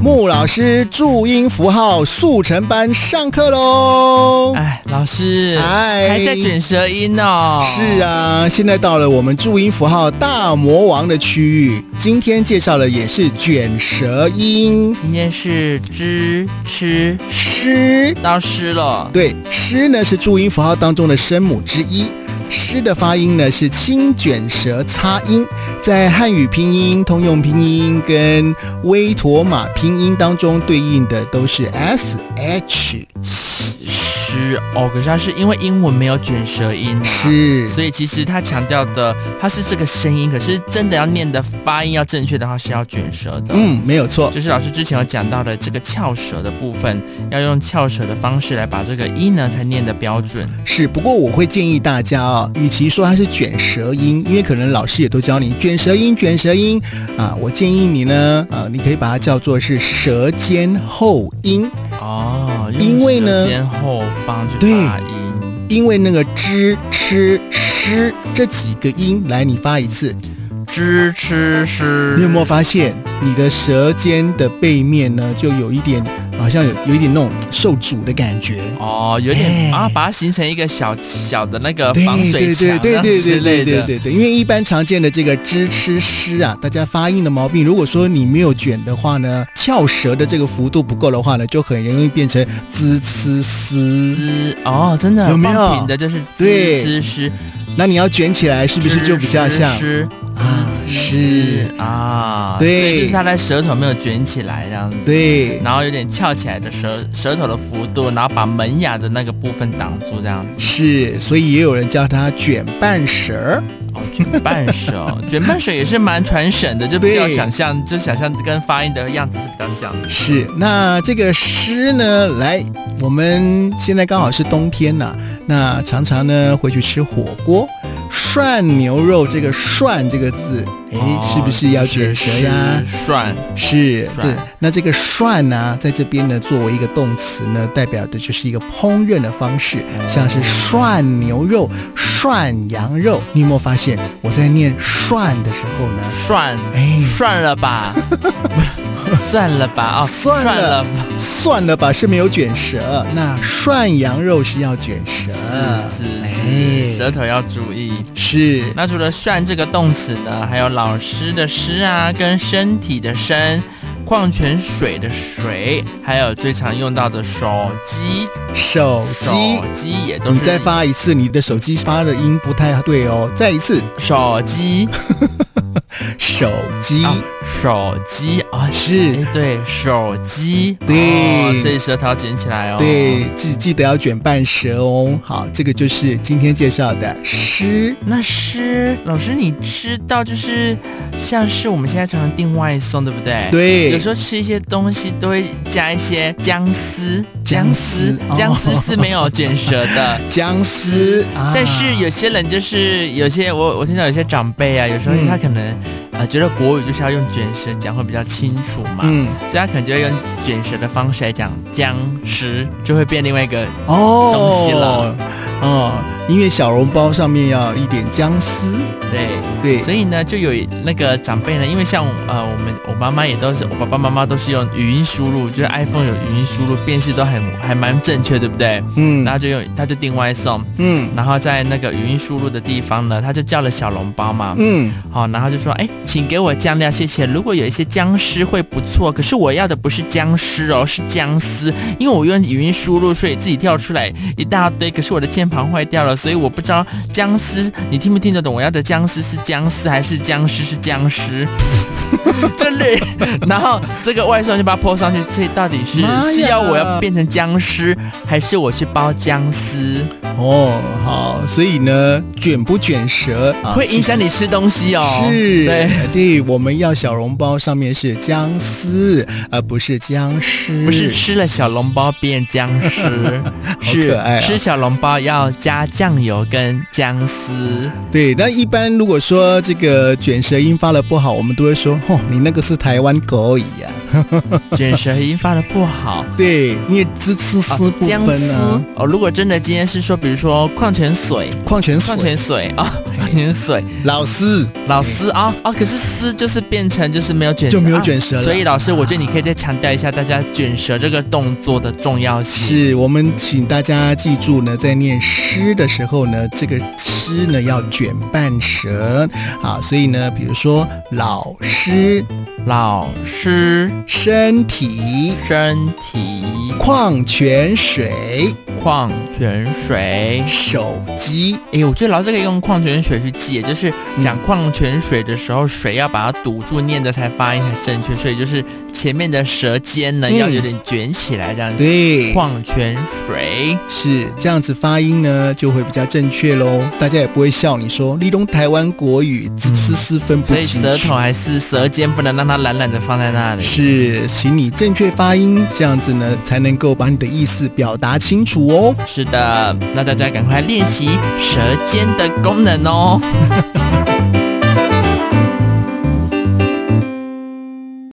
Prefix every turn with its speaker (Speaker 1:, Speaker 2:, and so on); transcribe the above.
Speaker 1: 木老师注音符号速成班上课喽！
Speaker 2: 哎，老师，
Speaker 1: 哎
Speaker 2: 还在卷舌音哦。
Speaker 1: 是，啊，现在到了我们注音符号大魔王的区域。今天介绍的也是卷舌音
Speaker 2: 今天是知诗
Speaker 1: 诗，
Speaker 2: 到诗了。
Speaker 1: 对，诗呢是注音符号当中的声母之一。诗的发音呢是轻卷舌擦音，在汉语拼音、通用拼音跟威妥玛拼音当中对应的都是 s h
Speaker 2: 啊诗哦，可是它是因为英文没有卷舌音、啊，，
Speaker 1: 是。
Speaker 2: 所以其实它强调的它是这个声音，可是真的要念的发音要正确的话是要卷舌的。。
Speaker 1: 嗯，没有错，
Speaker 2: 就是老师之前有讲到的这个翘舌的部分，要用翘舌的方式来把这个音呢才念得标准。
Speaker 1: 是。不过我会建议大家啊、与其说它是卷舌音，因为可能老师也都教你卷舌音、卷舌音啊，我建议你呢，啊，你可以把它叫做是舌尖后音，
Speaker 2: 哦，
Speaker 1: 因为呢
Speaker 2: 用舌尖后方去
Speaker 1: 对
Speaker 2: 发音，
Speaker 1: 因为那个知、吃、诗这几个音，来你发一次，
Speaker 2: 知吃诗。
Speaker 1: 你有没有发现你的舌尖的背面呢，就有一点好像有有一点那种受阻的感觉？
Speaker 2: 哦，有
Speaker 1: 哎
Speaker 2: 点啊，把它形成一个小小的那个
Speaker 1: 对
Speaker 2: 呃防水墙啊
Speaker 1: 对对对对
Speaker 2: 之类
Speaker 1: 对对
Speaker 2: 的。
Speaker 1: 对对，因为一般常见的这个支吃诗啊，大家发音的毛病，如果说你没有卷的话呢，翘舌的这个幅度不够的话呢，就很容易变成滋呲丝。
Speaker 2: 滋哦，真的
Speaker 1: 有没有
Speaker 2: 放平的就是滋
Speaker 1: 对
Speaker 2: 滋诗，
Speaker 1: 那你要卷起来，是不是就比较像？
Speaker 2: 诗
Speaker 1: 啊是
Speaker 2: 啊？
Speaker 1: 对
Speaker 2: 所以就是它的舌头没有卷起来这样子。
Speaker 1: 对，
Speaker 2: 然后有点翘起来的舌舌头的幅度，然后把门牙的那个部分挡住，这样子。
Speaker 1: 是，所以也有人叫它卷半舌儿。
Speaker 2: 哦，卷半舌 哦，卷半舌也是蛮传神的，就比较
Speaker 1: 对
Speaker 2: 想象，就想象跟发音的样子是比较像的。
Speaker 1: 是，那这个诗呢，来，我们现在刚好是冬天呐、那常常呢会去吃火锅，涮牛肉这个“涮”这个字，哎、
Speaker 2: 哦
Speaker 1: 是不是要卷舌呀？
Speaker 2: 是涮
Speaker 1: 是，
Speaker 2: 涮
Speaker 1: 对。那这个“涮”呢，在这边呢作为一个动词呢，代表的就是一个烹饪的方式，像是涮牛肉、涮羊肉。你有没有发现，我在念“涮”的时候呢，
Speaker 2: 涮，
Speaker 1: 哎
Speaker 2: 涮 了吧，算了吧，哦，
Speaker 1: 算了
Speaker 2: 了吧，
Speaker 1: 算了吧，是没有卷舌。那涮羊肉是要卷舌，
Speaker 2: 嗯是是
Speaker 1: 哎
Speaker 2: 是，舌头要注意。
Speaker 1: 是
Speaker 2: 那除了“涮”这个动词呢，还有老师的“师”啊，跟身体的“身”，矿泉水的“水”，还有最常用到的手机，
Speaker 1: 手
Speaker 2: 手
Speaker 1: 机。
Speaker 2: 机也都
Speaker 1: 你
Speaker 2: 是
Speaker 1: 再发一次，你的手机发的音不太对哦。再一次，
Speaker 2: 手机
Speaker 1: 手机、
Speaker 2: 啊，手机啊，
Speaker 1: 是
Speaker 2: 哎对，手机，
Speaker 1: 对
Speaker 2: 哦所以舌头卷起来哦。
Speaker 1: 对，记记得要卷半舌哦。好，这个就是今天介绍的诗。
Speaker 2: 那诗老师，你知道就是像是我们现在常常订外送，对不对？。有
Speaker 1: 对
Speaker 2: 时，候吃一些东西都会加一些姜丝，
Speaker 1: 姜丝哦
Speaker 2: 姜丝是没有卷舌的。
Speaker 1: 姜丝 啊，
Speaker 2: 但是有些人就是有些我我听到有些长辈啊，有时候
Speaker 1: 嗯
Speaker 2: 他可能、呃觉得国语就是要用卷舌讲会比较清楚嘛，
Speaker 1: 嗯
Speaker 2: 所以他可能就会用卷舌的方式来讲姜丝，就会变另外一个
Speaker 1: 哦
Speaker 2: 东西了
Speaker 1: 哦，因为小笼包上面要一点姜丝，
Speaker 2: 对。
Speaker 1: 对，
Speaker 2: 所以呢，就有那个长辈呢，因为像呃，我们我妈妈也都是，我爸爸妈妈都是用语音输入，就是 iPhone 有语音输入，辨识都还还蛮正确，对不对？
Speaker 1: 嗯
Speaker 2: 然后就用他就订外送，
Speaker 1: 嗯
Speaker 2: 然后在那个语音输入的地方呢，他就叫了小笼包嘛，
Speaker 1: 嗯，
Speaker 2: 好、然后就说，哎，请给我酱料，谢谢。如果有一些姜丝会不错，可是我要的不是姜丝哦，是姜丝，因为我用语音输入，所以自己跳出来一大堆。可是我的键盘坏掉了，所以我不知道姜丝，你听不听得懂？我要的姜丝是姜丝还是僵尸是僵尸？这类，然后这个外送就把它泼上去，所以到底是
Speaker 1: 妈呀
Speaker 2: 是要我要变成僵尸，还是我去包姜丝？
Speaker 1: 哦，好，所以呢，卷不卷舌啊
Speaker 2: 会影响你吃东西哦。
Speaker 1: 是，
Speaker 2: 对。
Speaker 1: 对，我们要小笼包上面是姜丝，而不是僵尸，
Speaker 2: 不是吃了小笼包变僵 尸，是
Speaker 1: 可爱啊
Speaker 2: 吃小笼包要加酱油跟姜丝。
Speaker 1: 对。那一般如果说这个卷舌音发的不好，我们都会说，哦，你那个是台湾狗语呀、
Speaker 2: 卷舌音发的不好，
Speaker 1: 对，因为滋滋
Speaker 2: 啊
Speaker 1: 丝不
Speaker 2: 姜丝
Speaker 1: 分啊，
Speaker 2: 哦。如果真的今天是说，比如说矿泉水，
Speaker 1: 矿泉水，哎
Speaker 2: 矿泉水啊、年水
Speaker 1: 老师，
Speaker 2: 老师啊啊，可是丝就是变成就是没有卷舌，
Speaker 1: 就没有
Speaker 2: 啊
Speaker 1: 卷舌了
Speaker 2: 所以老师，我觉得你可以再强调一下大家卷舌这个动作的重要性。
Speaker 1: 是我们请大家记住呢，在念诗的时候呢，这个诗呢要卷半舌啊，所以呢，比如说老师
Speaker 2: 老师，
Speaker 1: 身体
Speaker 2: 身体，
Speaker 1: 矿泉水
Speaker 2: 矿泉水。
Speaker 1: 手机，
Speaker 2: 诶，哎我觉得老师可以用矿泉水去记，就是
Speaker 1: 嗯
Speaker 2: 讲矿泉水的时候，水要把它堵住，念的才发音才正确。所以就是前面的舌尖呢，
Speaker 1: 嗯
Speaker 2: 要有点卷起来这样子。
Speaker 1: 对，
Speaker 2: 矿泉水，
Speaker 1: 是这样子发音呢就会比较正确喽，大家也不会笑你说你懂台湾国语，滋滋滋分不
Speaker 2: 所以
Speaker 1: 清
Speaker 2: 舌
Speaker 1: 楚
Speaker 2: 头。还是舌尖不能让它懒懒的放在那里。
Speaker 1: 是，请你正确发音，这样子呢才能够把你的意思表达清楚哦。
Speaker 2: 是的，那大家赶快练习舌尖的功能哦。